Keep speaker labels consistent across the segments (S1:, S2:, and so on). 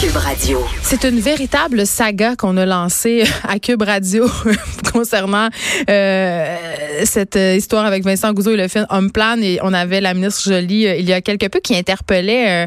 S1: Cube Radio.
S2: C'est une véritable saga qu'on a lancée à Cube Radio concernant euh, cette histoire avec Vincent Gouzeau et le film Homme Plan. Et on avait la ministre Jolie euh, il y a quelque peu qui interpellait euh,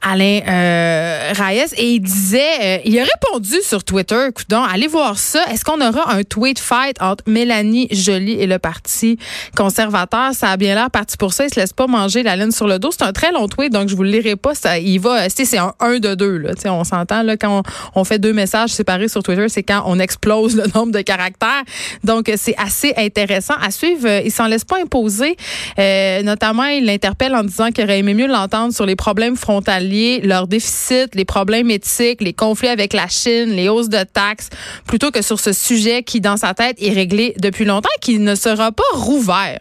S2: Alain euh, Raes et il disait, euh, il a répondu sur Twitter, coudon, allez voir ça. Est-ce qu'on aura un tweet fight entre Mélanie Jolie et le Parti conservateur? Ça a bien l'air parti pour ça. Il se laisse pas manger la laine sur le dos. C'est un très long tweet, donc je vous le lirai pas. Ça, il va, c'est c'est un, un de deux, là. Tu sais, on s'entend, là, quand on, on fait deux messages séparés sur Twitter, c'est quand on explose le nombre de caractères. Donc, euh, c'est assez intéressant à suivre. Euh, Il s'en laisse pas imposer. Euh, notamment, il l'interpelle en disant qu'il aurait aimé mieux l'entendre sur les problèmes frontaliers, leurs déficits, les problèmes éthiques, les conflits avec la Chine, les hausses de taxes, plutôt que sur ce sujet qui, dans sa tête, est réglé depuis longtemps et qui ne sera pas rouvert.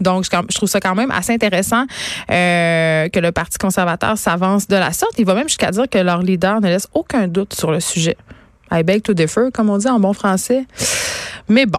S2: Donc, je, quand- je trouve ça quand même assez intéressant euh, que le Parti conservateur s'avance de la sorte. Il va même jusqu'à dire que leur leader ne laisse aucun doute sur le sujet. I beg to differ, comme on dit en bon français. Mais bon.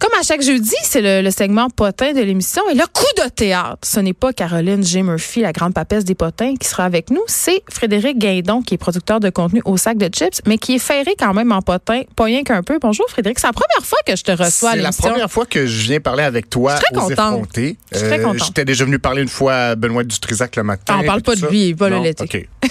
S2: Comme à chaque jeudi, c'est le, le segment potin de l'émission. Et là, coup de théâtre. Ce n'est pas Caroline J. Murphy, la grande papesse des potins, qui sera avec nous. C'est Frédéric Guindon, qui est producteur de contenu au sac de chips, mais qui est ferré quand même en potin, pas rien qu'un peu. Bonjour, Frédéric. C'est la première fois que je te reçois à
S3: C'est la
S2: l'émission.
S3: première fois que je viens parler avec
S2: Je
S3: toi.
S2: suis très
S3: aux
S2: contente.
S3: effrontés.
S2: Je suis très
S3: Euh,
S2: contente.
S3: J'étais déjà venu parler une fois à Benoît Dutrisac le matin.
S2: Ah, on parle
S3: et
S2: pas
S3: tout
S2: de
S3: ça.
S2: lui, il va le
S3: Non?
S2: laiter.
S3: OK.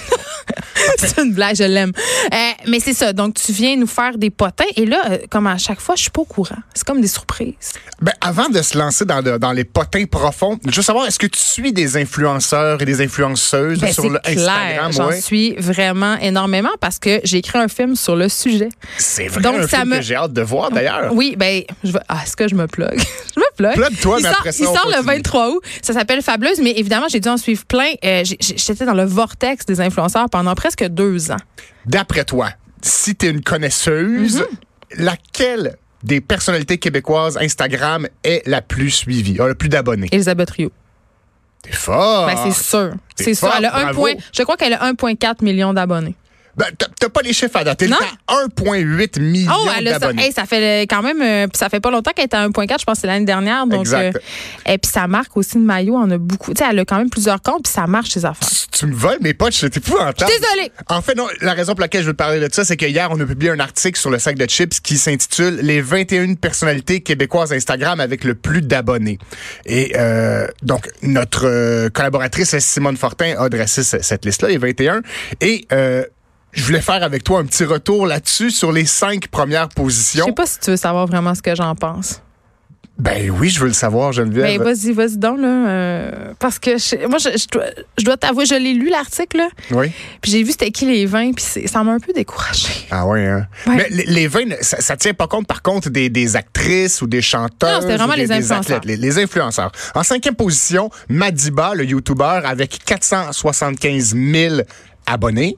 S2: C'est une blague, je l'aime. Euh, mais c'est ça. Donc, tu viens nous faire des potins. Et là, euh, comme à chaque fois, je suis pas au courant. C'est comme des surprises.
S3: Ben, avant de se lancer dans, le- dans les potins profonds, je veux savoir, est-ce que tu suis des influenceurs et des influenceuses
S2: Ben,
S3: sur le
S2: c'est clair.
S3: Instagram?
S2: J'en
S3: ouais?
S2: suis vraiment énormément parce que j'ai écrit un film sur le sujet.
S3: C'est vrai
S2: Donc,
S3: un
S2: ça
S3: film
S2: me-
S3: que j'ai hâte de voir d'ailleurs.
S2: Oui, ben, je vais- ah, est-ce que je me plug? je me plug.
S3: Plug-toi,
S2: il
S3: mais
S2: sort,
S3: après ça,
S2: il
S3: on
S2: sort le
S3: continue.
S2: 23 août. Ça s'appelle Fabuleuse, mais évidemment, j'ai dû en suivre plein. Euh, j'ai- j'ai- J'étais dans le vortex des influenceurs pendant presque deux ans.
S3: D'après toi, si tu es une connaisseuse,
S2: Mm-hmm.
S3: laquelle des personnalités québécoises Instagram est la plus suivie, a le plus d'abonnés?
S2: Elisabeth Rio.
S3: T'es fort!
S2: Ben, c'est sûr.
S3: C'est
S2: C'est sûr.
S3: Ah, fort,
S2: Elle a un
S3: bravo.
S2: point, je crois qu'elle a 1,4 million d'abonnés.
S3: Ben, t'as- t'as pas les chiffres à date. T'es
S2: Non.
S3: à 1,8 million
S2: Oh, elle a ça.
S3: d'abonnés.
S2: Hey, ça fait euh, quand même, euh, puis ça fait pas longtemps qu'elle était à 1.4, je pense que c'est l'année dernière. Donc, euh,
S3: Exact.
S2: et puis sa marque aussi de maillot en a beaucoup. Tu sais, elle a quand même plusieurs comptes, puis ça marche ses affaires.
S3: Tu- Tu me voles mes potes, c'est épouvantable.
S2: Désolée.
S3: En fait, non, la raison pour laquelle je veux te parler de ça, c'est que hier, on a publié un article sur le sac de chips qui s'intitule Les 21 personnalités québécoises Instagram avec le plus d'abonnés. Et euh, donc, notre euh, collaboratrice Simone Fortin a dressé ce- cette liste-là, les 21. Et euh, je voulais faire avec toi un petit retour là-dessus sur les cinq premières
S2: Je
S3: positions.
S2: sais pas si tu veux savoir vraiment ce que j'en pense.
S3: Ben oui, je veux le savoir, Geneviève.
S2: Ben, vas-y, vas-y donc, là. euh, parce que je- moi, je, je dois, je dois t'avouer, je l'ai lu l'article, là,
S3: oui.
S2: puis j'ai vu c'était qui les 20, puis c'est- ça m'a un peu découragée.
S3: Ah ouais, hein?
S2: Ouais.
S3: Mais les- les vins, ça, ça tient pas compte, par contre, des, des actrices ou des chanteurs.
S2: Non, c'était vraiment les influenceurs.
S3: les, les influenceurs. En cinquième position, Madiba, le YouTuber, avec 475 000 abonnés.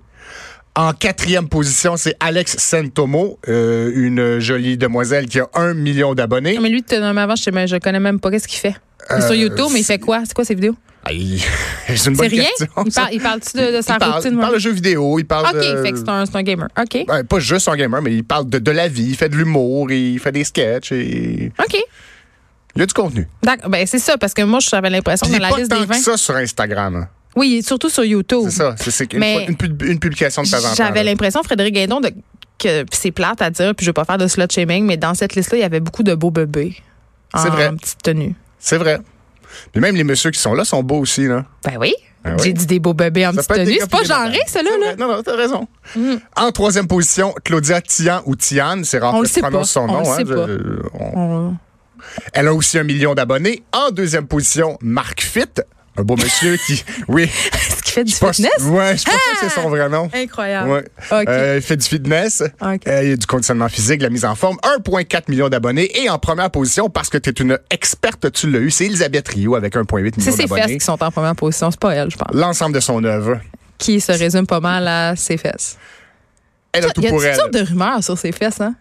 S3: En quatrième position, c'est Alex Santomo, euh, une jolie demoiselle qui a un million d'abonnés.
S2: Non, mais lui, tu te nommes avant, je sais même, je le connais même pas. Qu'est-ce qu'il fait? Il est
S3: Euh,
S2: sur YouTube, mais il fait quoi? C'est quoi ses vidéos?
S3: Aïe, C'est une
S2: C'est
S3: bonne
S2: rien?
S3: question.
S2: Il,
S3: ça.
S2: parle, il parle-tu de, de sa
S3: Il parle-
S2: routine?
S3: il parle
S2: moi?
S3: de euh, jeux vidéo, il parle de...
S2: OK, fait que c'est un, c'est un gamer. OK.
S3: Ben, pas juste en gamer, mais il parle de, de la vie, il fait de l'humour, il fait des sketchs, et...
S2: OK.
S3: il y a du contenu.
S2: D'accord. Ben, c'est ça, parce que moi, j'avais l'impression
S3: Puis
S2: dans
S3: il est
S2: la
S3: pas
S2: liste
S3: tant
S2: des
S3: que
S2: 20.
S3: ça sur Instagram. hein.
S2: Oui, surtout sur YouTube.
S3: C'est ça. C'est- C'est une,
S2: Mais
S3: fois- une pub- une publication de temps en temps.
S2: J'avais
S3: là.
S2: l'impression, Frédéric Guindon, de, que puis c'est plate à dire, puis je veux pas faire de slut shaming, mais dans cette liste-là, il y avait beaucoup de beaux bébés.
S3: C'est
S2: en
S3: vrai.
S2: petite tenue.
S3: C'est vrai. Puis même les messieurs qui sont là sont beaux aussi. Là.
S2: Ben oui.
S3: Ah
S2: J'ai
S3: oui.
S2: dit des beaux bébés en
S3: Ça
S2: petite
S3: peut être des
S2: tenue.
S3: gars
S2: C'est pas
S3: puis des
S2: genré,
S3: madames.
S2: cela,
S3: C'est
S2: là. Mm.
S3: vrai. Non, non, t'as raison. En troisième position, Claudia Tian ou Tian. C'est rare
S2: On
S3: que
S2: le
S3: je
S2: sait
S3: prononce
S2: pas.
S3: son
S2: On
S3: nom.
S2: le
S3: hein.
S2: sait pas. Mm.
S3: Je- on-
S2: On-
S3: Elle a aussi un million d'abonnés. En deuxième position, Marc Fitt. Un beau monsieur qui. Oui.
S2: Ce qui fait du
S3: je pense-
S2: fitness.
S3: Ouais, je pense pas que c'est son vrai nom.
S2: Incroyable.
S3: Ouais.
S2: Ah. OK.
S3: Euh, il fait du fitness,
S2: OK.
S3: Euh, il y a du conditionnement physique, de la mise en forme. 1,4 million d'abonnés. Et en première position, parce que tu es une experte, tu l'as eu, c'est Elisabeth Rio avec 1,8
S2: C'est
S3: million
S2: ses fesses
S3: d'abonnés.
S2: qui sont en première position. C'est pas elle, je pense.
S3: L'ensemble de son œuvre.
S2: Qui se résume pas mal à ses fesses.
S3: Elle a tout
S2: Il y a
S3: pour
S2: toutes
S3: elle.
S2: sortes de rumeurs sur ses fesses, hein?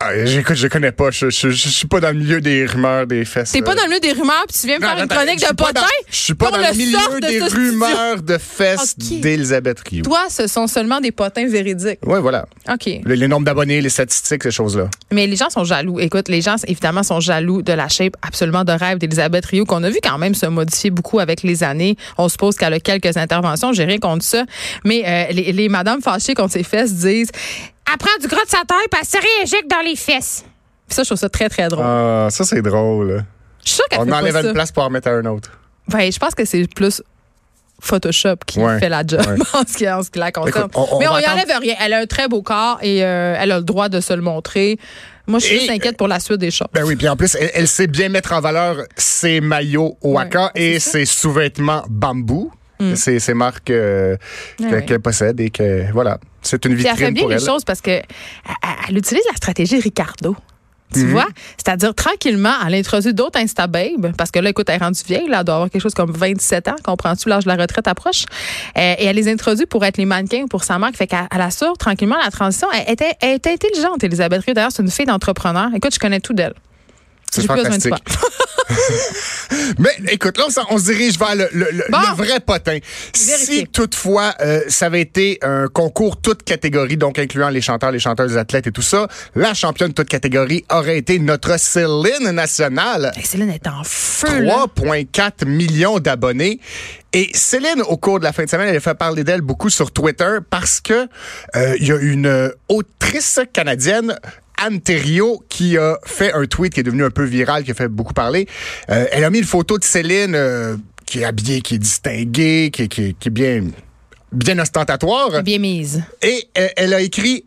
S3: Ah, j'écoute, je connais pas. Je, je, je suis pas dans le milieu des rumeurs, des fesses.
S2: T'es pas dans le milieu des rumeurs, puis tu viens me
S3: Euh, Non,
S2: faire une
S3: attends,
S2: chronique
S3: je
S2: de
S3: suis pas
S2: potin?
S3: dans- Je suis pas
S2: pour
S3: dans
S2: le
S3: le
S2: sort
S3: milieu
S2: de
S3: des
S2: ce
S3: rumeurs de fesses
S2: Ok.
S3: d'Elisabeth Rioux.
S2: Toi, ce sont seulement des potins véridiques.
S3: Oui, voilà.
S2: OK.
S3: Le- les nombres d'abonnés, les statistiques, ces choses-là.
S2: Mais les gens sont jaloux. Écoute, les gens, évidemment, sont jaloux de la shape absolument de rêve d'Elisabeth Rioux, qu'on a vu quand même se modifier beaucoup avec les années. On suppose qu'elle a quelques interventions, j'ai rien contre ça. Mais euh, les, les madames fâchées contre ses fesses disent « Elle prend du gras de sa taille parce qu'elle réinjecte dans les fesses. » Puis ça, je trouve ça très, très drôle.
S3: Ah, ça, c'est drôle.
S2: Je suis sûre qu'elle
S3: On
S2: fait pas
S3: enlève
S2: ça.
S3: une place pour en mettre à un autre.
S2: Ben, je pense que c'est plus Photoshop qui
S3: Ouais,
S2: fait la job
S3: ouais.
S2: en ce qui, en ce qui la concerne.
S3: Écoute, on- on
S2: Mais on
S3: va
S2: y
S3: attendre-
S2: enlève rien. Elle a un très beau corps et euh, elle a le droit de se le montrer. Moi, je suis
S3: Et- euh,
S2: juste inquiète pour la suite des choses.
S3: Ben oui, puis en plus, elle, elle sait bien mettre en valeur ses maillots Waka et ses sous-vêtements bambou. Ces, ces marques euh, que-
S2: Mm. Ah Ouais.
S3: qu'elle possède et que, voilà, c'est une
S2: Puis elle fait
S3: vitrine
S2: bien
S3: pour
S2: les
S3: elle.
S2: choses parce que elle- elle, elle utilise la stratégie Ricardo. Tu
S3: Mhm.
S2: vois? C'est-à-dire, tranquillement, elle introduit d'autres Instababes. Parce que là, écoute, elle est rendue vieille. Là, elle doit avoir quelque chose comme 27 ans. Comprends-tu? L'âge de la retraite approche. Euh, et elle les introduit pour être les mannequins pour sa marque. Fait qu'elle elle assure tranquillement la transition. Elle, était, elle est intelligente, Elisabeth Rieu. D'ailleurs, c'est une fille d'entrepreneur. Écoute, je connais tout d'elle.
S3: C'est
S2: J'ai plus besoin de
S3: fantastique.
S2: toi.
S3: Mais écoute, là, on s'en- on, se dirige vers le, le- le-
S2: Bon.
S3: le vrai potin.
S2: Vérifiez.
S3: Si toutefois, euh, ça avait été un concours toute catégorie, donc incluant les chanteurs, les chanteuses, les athlètes et tout ça, la championne toute catégorie aurait été notre Céline nationale.
S2: Hey, Céline est en feu, là.
S3: 3,4 millions d'abonnés. Et Céline, au cours de la fin de semaine, elle a fait parler d'elle beaucoup sur Twitter parce que euh, il y a une euh, autrice canadienne. Anne Thériault, qui a fait un tweet qui est devenu un peu viral, qui a fait beaucoup parler. Euh, elle a mis une photo de Céline euh, qui est habillée, qui est distinguée, qui, qui- qui est bien, bien ostentatoire.
S2: Bien mise.
S3: Et euh, elle a écrit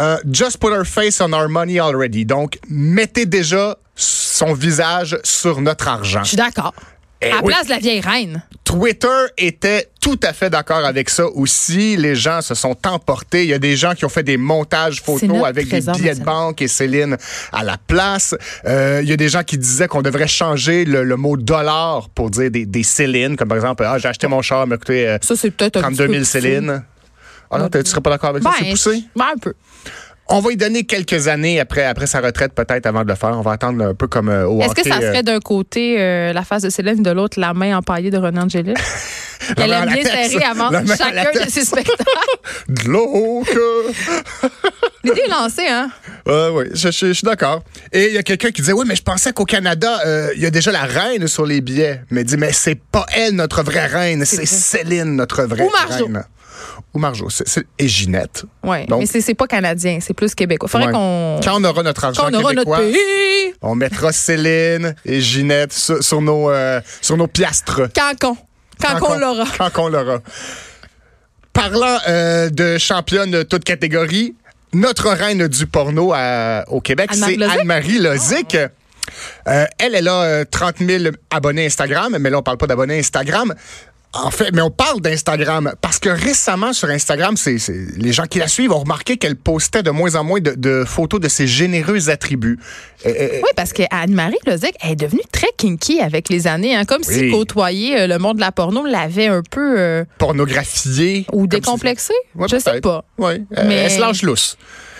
S3: euh, Just put her face on our money already. Donc, mettez déjà son visage sur notre argent.
S2: Je suis d'accord.
S3: Eh
S2: à la
S3: oui.
S2: place de la vieille reine.
S3: Twitter était tout à fait d'accord avec ça aussi. Les gens se sont emportés. Il y a des gens qui ont fait des montages
S2: C'est
S3: photos
S2: notre
S3: avec des
S2: trésor
S3: billets de
S2: national.
S3: banque et Céline à la place. Euh, il y a des gens qui disaient qu'on devrait changer le, le mot dollar pour dire des, des Céline, comme par exemple, ah, j'ai acheté mon char, il m'a coûté euh,
S2: Ça, c'est peut-être un
S3: 32
S2: petit peu
S3: 000 Céline. Ah non, tu serais pas d'accord avec
S2: Ben,
S3: ça? C'est poussé?
S2: ben, un peu.
S3: On va y donner quelques années après, après sa retraite, peut-être, avant de le faire. On va attendre un peu comme euh, au
S2: Est-ce que
S3: hockey,
S2: ça
S3: euh,
S2: serait d'un côté euh, la face de Célène, de l'autre la main empaillée de René Angélil?
S3: La
S2: Elle
S3: main à
S2: aime
S3: la
S2: bien
S3: tête,
S2: serrer
S3: ça.
S2: avant
S3: La main à la
S2: chacun de
S3: tête.
S2: ses spectacles.
S3: de l'eau que...
S2: L'idée est lancée, hein?
S3: Euh, oui, je, je- je suis d'accord. Et il y a quelqu'un qui disait, oui, mais je pensais qu'au Canada, euh, il y a déjà la reine sur les billets. Mais il dit, mais c'est pas elle notre vraie reine, c'est
S2: vrai.
S3: Céline notre vraie
S2: Ou Marjo.
S3: reine. Ou Marjo. c'est- c'est- Et Ginette.
S2: Oui,
S3: Donc-
S2: mais c'est c'est pas canadien, c'est plus québécois. Faudrait
S3: Ouais.
S2: qu'on
S3: Quand on aura notre argent
S2: qu'on aura notre
S3: québécois,
S2: pays,
S3: on mettra Céline et Ginette sur, sur nos, euh, sur nos piastres.
S2: quand qu'on quand qu'on l'aura.
S3: Quand qu'on l'aura. Parlant euh, de championne de toute catégorie, notre reine du porno à- au Québec,
S2: Anne-Marie
S3: c'est
S2: Lozic? Ah.
S3: Anne-Marie Lozic. Euh, elle, elle a euh, 30 000 abonnés Instagram, mais là, on parle pas d'abonnés Instagram. En fait, mais on parle d'Instagram parce que récemment sur Instagram, c'est c'est- les gens qui la suivent ont remarqué qu'elle postait de moins en moins de, de photos de ses généreux attributs. Euh, euh,
S2: Oui, parce qu'Anne-Marie Lozic elle est devenue très kinky avec les années, hein, comme si
S3: Oui.
S2: côtoyer euh, le monde de la porno l'avait un peu euh,
S3: pornographiées.
S2: ou
S3: comme
S2: décomplexé.
S3: si- Ouais,
S2: je sais
S3: peut-être.
S2: pas.
S3: Ouais, euh,
S2: Mais-
S3: Elle se lâche lousse.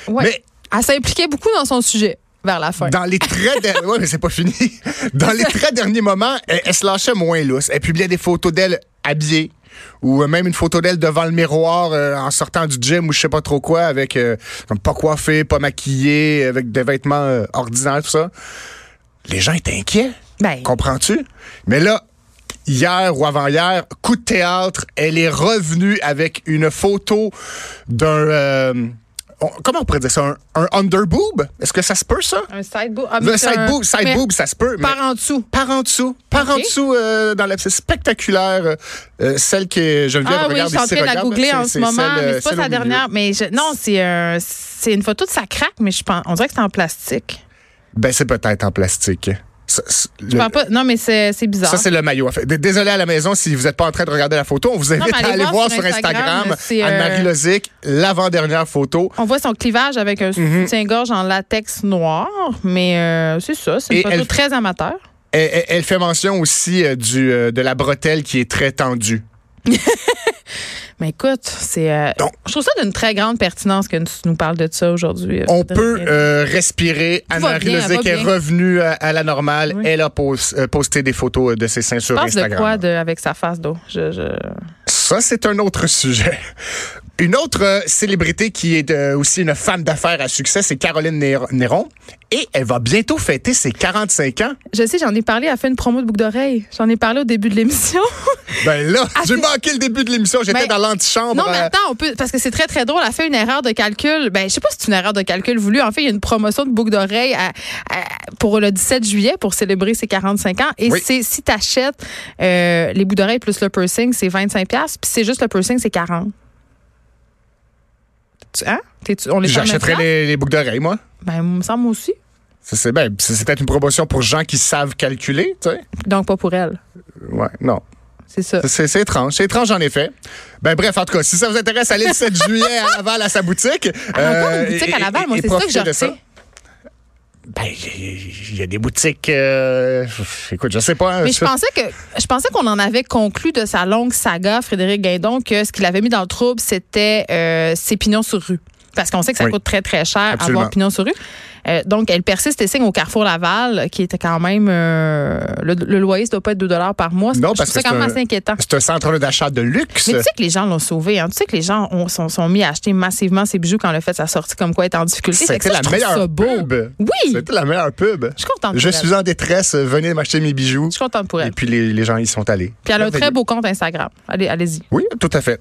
S2: Ouais.
S3: Mais-
S2: Elle s'impliquait beaucoup dans son sujet vers la fin.
S3: Dans les très derniers... ouais, mais c'est pas fini. Dans les très derniers moments, elle, elle se lâchait moins lousse. Elle publiait des photos d'elle habillée ou euh, même une photo d'elle devant le miroir euh, en sortant du gym ou je sais pas trop quoi avec euh, comme pas coiffée, pas maquillée, avec des vêtements euh, ordinaires tout ça. Les gens étaient inquiets.
S2: Ben,
S3: Comprends-tu? Mais là, hier ou avant-hier, coup de théâtre, elle est revenue avec une photo d'un. euh, on- comment on pourrait dire ça? Un, un underboob? Est-ce que ça se peut, ça?
S2: un side boob. Ah, mais
S3: Le
S2: c'est
S3: side
S2: un-
S3: boob, side
S2: mais
S3: boob, ça se peut. mais-
S2: Par en dessous.
S3: par en dessous, par en
S2: Ok.
S3: dessous euh, dans la c'est spectaculaire, euh, euh, celle que Geneviève
S2: Ah oui, je
S3: regarde
S2: suis en
S3: ici,
S2: train de la
S3: regarde,
S2: googler
S3: c'est-
S2: en ce
S3: c'est
S2: moment,
S3: celle, euh,
S2: mais c'est pas
S3: celle au
S2: sa
S3: milieu.
S2: dernière. Mais je- non, c'est un- c'est une photo de sa craque, mais je pense, on dirait que c'est en plastique.
S3: Ben c'est peut-être en plastique. Ça, c'est-
S2: Je
S3: le-
S2: parle pas. Non, mais c'est c'est bizarre.
S3: Ça, c'est le maillot. En fait. D- Désolé à la maison si vous n'êtes pas en train de regarder la photo. On vous invite
S2: mais
S3: à aller voir sur Instagram,
S2: c'est, euh,
S3: Anne-Marie Lozic, l'avant-dernière photo.
S2: on voit son clivage avec un
S3: Mhm.
S2: soutien-gorge en latex noir, mais euh, c'est ça, c'est une
S3: Et
S2: photo
S3: elle-
S2: très amateur.
S3: Elle, elle- elle fait mention aussi euh, du, euh, de la bretelle qui est très tendue.
S2: Mais écoute, c'est. euh,
S3: Donc-
S2: je trouve ça d'une très grande pertinence que tu nous parles de ça aujourd'hui.
S3: On
S2: Frédéric.
S3: peut euh, respirer.
S2: va
S3: Anne-Marie
S2: bien, elle
S3: Lezec
S2: va
S3: est
S2: bien.
S3: revenue à, à la normale. Elle a pos- euh, posté des photos euh, de ses seins
S2: Je
S3: sur
S2: pense de
S3: Instagram.
S2: quoi de- avec sa face d'eau? Je, je...
S3: Ça, c'est un autre sujet. Une autre euh, célébrité qui est euh, aussi une femme d'affaires à succès, c'est Caroline Né- Néron. Et elle va bientôt fêter ses 45 ans.
S2: je sais, j'en ai parlé, elle a fait une promo de boucle d'oreille. J'en ai parlé au début de l'émission.
S3: Ben là,
S2: Ah,
S3: j'ai
S2: c'est-
S3: manqué le début de l'émission. J'étais
S2: Mais-
S3: dans l'antichambre.
S2: Non, mais
S3: euh,
S2: attends, on peut, parce que c'est très, très drôle. Elle fait une erreur de calcul. Ben, je sais pas si c'est une erreur de calcul voulue. En fait, il y a une promotion de boucle d'oreille à- à- pour le 17 juillet pour célébrer ses 45 ans. Et
S3: Oui.
S2: c'est si t'achètes euh, les boucles d'oreille plus le piercing, c'est 25$. Puis c'est juste le piercing, c'est 40$. Tu- Hein? T'es-tu- on les fait en même
S3: J'achèterais
S2: temps?
S3: les, les boucles d'oreilles, moi.
S2: Ben, il me semble aussi.
S3: Ça, C'est ben, c'est c'est peut-être une promotion pour gens qui savent calculer, tu sais.
S2: Donc, pas pour elle.
S3: Ouais, non.
S2: C'est ça.
S3: C'est- C'est c'est étrange. C'est étrange, en effet. Ben, bref, en tout cas, si ça vous intéresse, allez le 7 juillet à Laval à sa boutique.
S2: Elle a Ah, encore
S3: Euh,
S2: une boutique
S3: et-
S2: à Laval,
S3: et-
S2: moi,
S3: et
S2: c'est ça que
S3: profitez
S2: j'ai
S3: de
S2: retiens.
S3: Ben, il y a des boutiques. euh, écoute, je sais pas. hein,
S2: Mais je
S3: ça-
S2: pensais que je pensais qu'on en avait conclu de sa longue saga, Frédéric Guindon, que ce qu'il avait mis dans le trouble, c'était euh, ses pignons sur rue. Parce qu'on sait que ça
S3: Oui.
S2: coûte très, très cher
S3: Absolument.
S2: avoir pignon sur rue. Euh, donc, elle persiste et signe au Carrefour Laval, qui était quand même. euh, le, le loyer, ça doit pas être 2 par mois.
S3: Non,
S2: Je
S3: parce
S2: trouve
S3: que
S2: ça quand
S3: c'est
S2: même
S3: un-
S2: assez inquiétant.
S3: C'est un centre d'achat de luxe.
S2: Mais tu sais que les gens l'ont sauvé. hein. Tu sais que les gens ont, sont, sont mis à acheter massivement ses bijoux quand le fait de sa sortie, comme quoi elle est en difficulté. Fait que
S3: C'était
S2: ça,
S3: la
S2: je trouve ça
S3: meilleure
S2: beau.
S3: pub.
S2: Oui,
S3: C'était la meilleure pub.
S2: je suis contente.
S3: Je
S2: pour elle.
S3: suis en détresse, venez m'acheter mes bijoux.
S2: Je suis contente pour
S3: Et
S2: elle.
S3: puis les, les gens y sont allés.
S2: Puis elle a un très
S3: Merveilleux.
S2: beau compte Instagram. Allez, allez-y.
S3: Oui, tout à fait.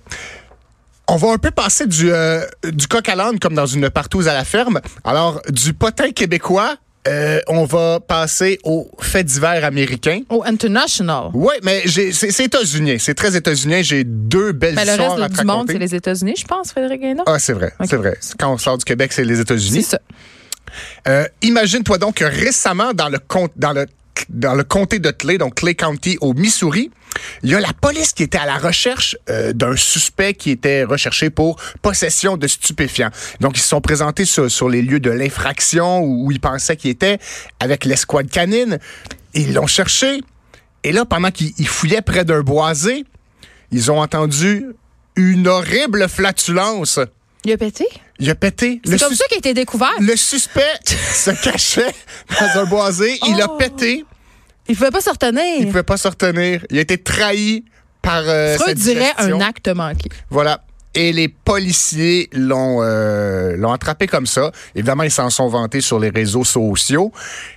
S3: On va un peu passer du, euh, du coq à l'âne comme dans une partouze à la ferme. Alors, du potin québécois, euh, on va passer aux faits divers américains.
S2: Oh, international.
S3: Oui, mais j'ai- c'est c'est états-unien. C'est très états-unien. J'ai deux belles
S2: Mais Ben, le
S3: histoires
S2: reste
S3: à te
S2: du
S3: raconter.
S2: monde, c'est les États-Unis, je pense, Frédéric Guénon.
S3: Ah, c'est vrai,
S2: Ok.
S3: c'est vrai. Quand on sort du Québec, c'est les
S2: c'est
S3: États-Unis.
S2: ça.
S3: Euh, Imagine-toi donc que récemment, dans le, com- dans, le, dans le comté de Clay, donc Clay County au Missouri, il y a la police qui était à la recherche euh, d'un suspect qui était recherché pour possession de stupéfiants. Donc, ils se sont présentés sur, sur les lieux de l'infraction où, où ils pensaient qu'il était avec l'escouade canine. Ils l'ont cherché. Et là, pendant qu'ils ils fouillaient près d'un boisé, ils ont entendu une horrible flatulence.
S2: Il a pété.
S3: Il a pété. Le
S2: C'est comme
S3: sus-
S2: ça qu'il a été découvert.
S3: le suspect se cachait dans un boisé. Il a
S2: Oh.
S3: pété.
S2: Il pouvait pas se
S3: Il
S2: retenir.
S3: pouvait pas se retenir. Il a été trahi par euh,
S2: Freud
S3: cette
S2: dirait
S3: gestion.
S2: un acte manqué.
S3: Voilà. Et les policiers l'ont euh, l'ont attrapé comme ça. Évidemment, ils s'en sont vantés sur les réseaux sociaux.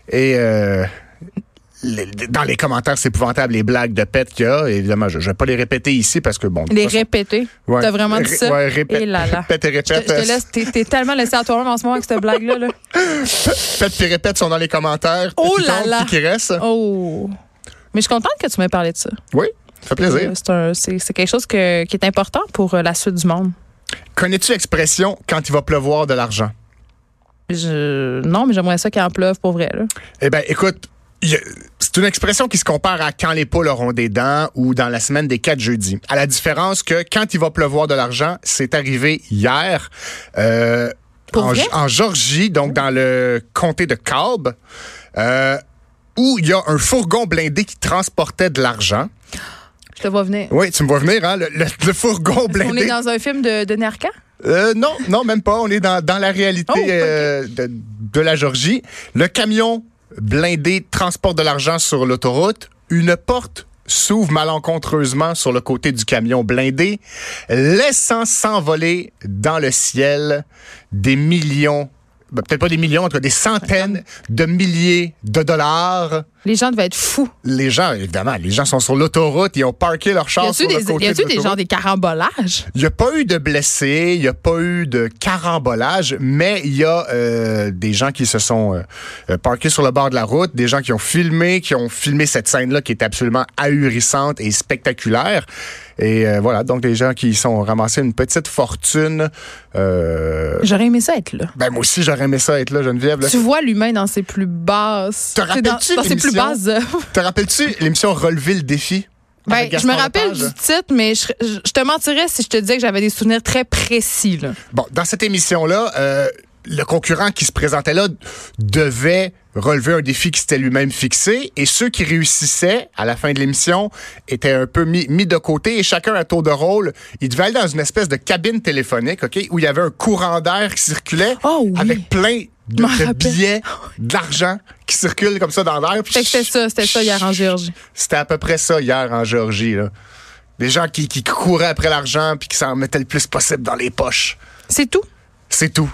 S3: Et euh, les- dans les commentaires, c'est épouvantable les blagues de pète qu'il y a. Évidemment, je ne vais pas les répéter ici parce que bon. de
S2: Il est
S3: toute façon-
S2: répété.
S3: Ouais.
S2: T'as vraiment dit
S3: Ré-
S2: ça?
S3: ouais, répète,
S2: Et là là.
S3: répète et
S2: Je te,
S3: répète. euh,
S2: je te laisse, t'es, t'es tellement laissé à toi-même en ce moment avec cette blague-là. là.
S3: Pète et répète sont dans les commentaires.
S2: Oh
S3: Qui
S2: là
S3: tombent,
S2: là.
S3: puis Qui restent.
S2: Oh. Mais je suis contente que tu m'aies parlé de ça.
S3: Oui, ça fait plaisir.
S2: Euh, C'est, un- c'est- c'est quelque chose que- qui est important pour euh, la suite du monde.
S3: Connais-tu l'expression quand il va pleuvoir de l'argent?
S2: Je- Non, mais j'aimerais ça qu'il en pleuve pour vrai. là.
S3: Eh bien, écoute, il y a- c'est une expression qui se compare à quand les poules auront des dents ou dans la semaine des quatre jeudis. À la différence que quand il va pleuvoir de l'argent, c'est arrivé hier. euh,
S2: Pour
S3: en,
S2: vrai?
S3: en Georgie, donc dans le comté de Cobb, euh, où il y a un fourgon blindé qui transportait de l'argent.
S2: Je te vois venir.
S3: Oui, tu me vois venir, hein? Le, le- le fourgon
S2: On
S3: blindé.
S2: est dans un film de, de Narcan?
S3: Euh, non, non, même pas. On est dans, dans la réalité
S2: Oh, ok.
S3: euh, de, de la Georgie. Le camion blindé transporte de l'argent sur l'autoroute. Une porte s'ouvre malencontreusement sur le côté du camion blindé, laissant s'envoler dans le ciel des millions, ben, peut-être pas des millions, en tout cas des centaines de milliers de dollars.
S2: Les gens devaient être fous.
S3: Les gens, évidemment, les gens sont sur l'autoroute, ils ont parké leur
S2: Y
S3: char
S2: a-tu
S3: sur le
S2: des,
S3: côté
S2: y
S3: de
S2: a-tu des
S3: l'autoroute.
S2: gens des carambolages?
S3: Il n'y a pas eu de blessés, il n'y a pas eu de carambolage, mais il y a euh, des gens qui se sont euh, euh, parqués sur le bord de la route, des gens qui ont filmé, qui ont filmé cette scène-là qui est absolument ahurissante et spectaculaire. Et euh, voilà, donc des gens qui se sont ramassés une petite fortune. Euh,
S2: J'aurais aimé ça être là.
S3: ben moi aussi, j'aurais aimé ça être là, Geneviève. là.
S2: Tu vois l'humain dans ses plus basses.
S3: Te
S2: tu sais,
S3: rappelles-tu
S2: dans, dans ses plus
S3: l'émission?
S2: basses œuvres.
S3: Te rappelles-tu l'émission Relever le défi?
S2: Ben,
S3: Avec
S2: je
S3: Gaston
S2: me rappelle
S3: Lepage?
S2: du titre, mais je, je- je te mentirais si je te disais que j'avais des souvenirs très précis. là.
S3: Bon, dans cette émission-là, euh, le concurrent qui se présentait là devait relever un défi qui s'était lui-même fixé et ceux qui réussissaient à la fin de l'émission étaient un peu mis, mis de côté et chacun à tour de rôle, il devait aller dans une espèce de cabine téléphonique, OK, où il y avait un courant d'air qui circulait
S2: Oh oui.
S3: avec plein de,
S2: M'en
S3: de
S2: rappelle.
S3: billets, de l'argent qui circule comme ça dans l'air.
S2: Fait que c'était ça, c'était ça hier en Géorgie.
S3: C'était à peu près ça hier en Géorgie. Là. Des gens qui, qui couraient après l'argent puis qui s'en mettaient le plus possible dans les poches.
S2: C'est tout.
S3: C'est tout.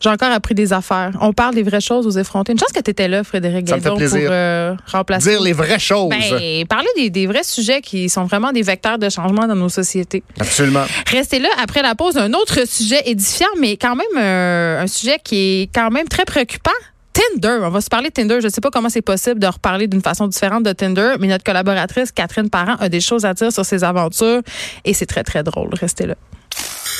S2: J'ai encore appris des affaires. On parle des vraies choses aux effrontés. Une chance que tu étais là, Frédéric
S3: Ça me fait
S2: Gaillon, pour
S3: plaisir.
S2: euh, remplacer.
S3: Dire les vraies choses.
S2: Ben, parler des, des vrais sujets qui sont vraiment des vecteurs de changement dans nos sociétés.
S3: Absolument.
S2: Restez là après la pause. Un autre sujet édifiant, mais quand même euh, un sujet qui est quand même très préoccupant. Tinder, on va se parler de Tinder. Je ne sais pas comment c'est possible de reparler d'une façon différente de Tinder, mais notre collaboratrice Catherine Parent a des choses à dire sur ses aventures et c'est très, très drôle. Restez là.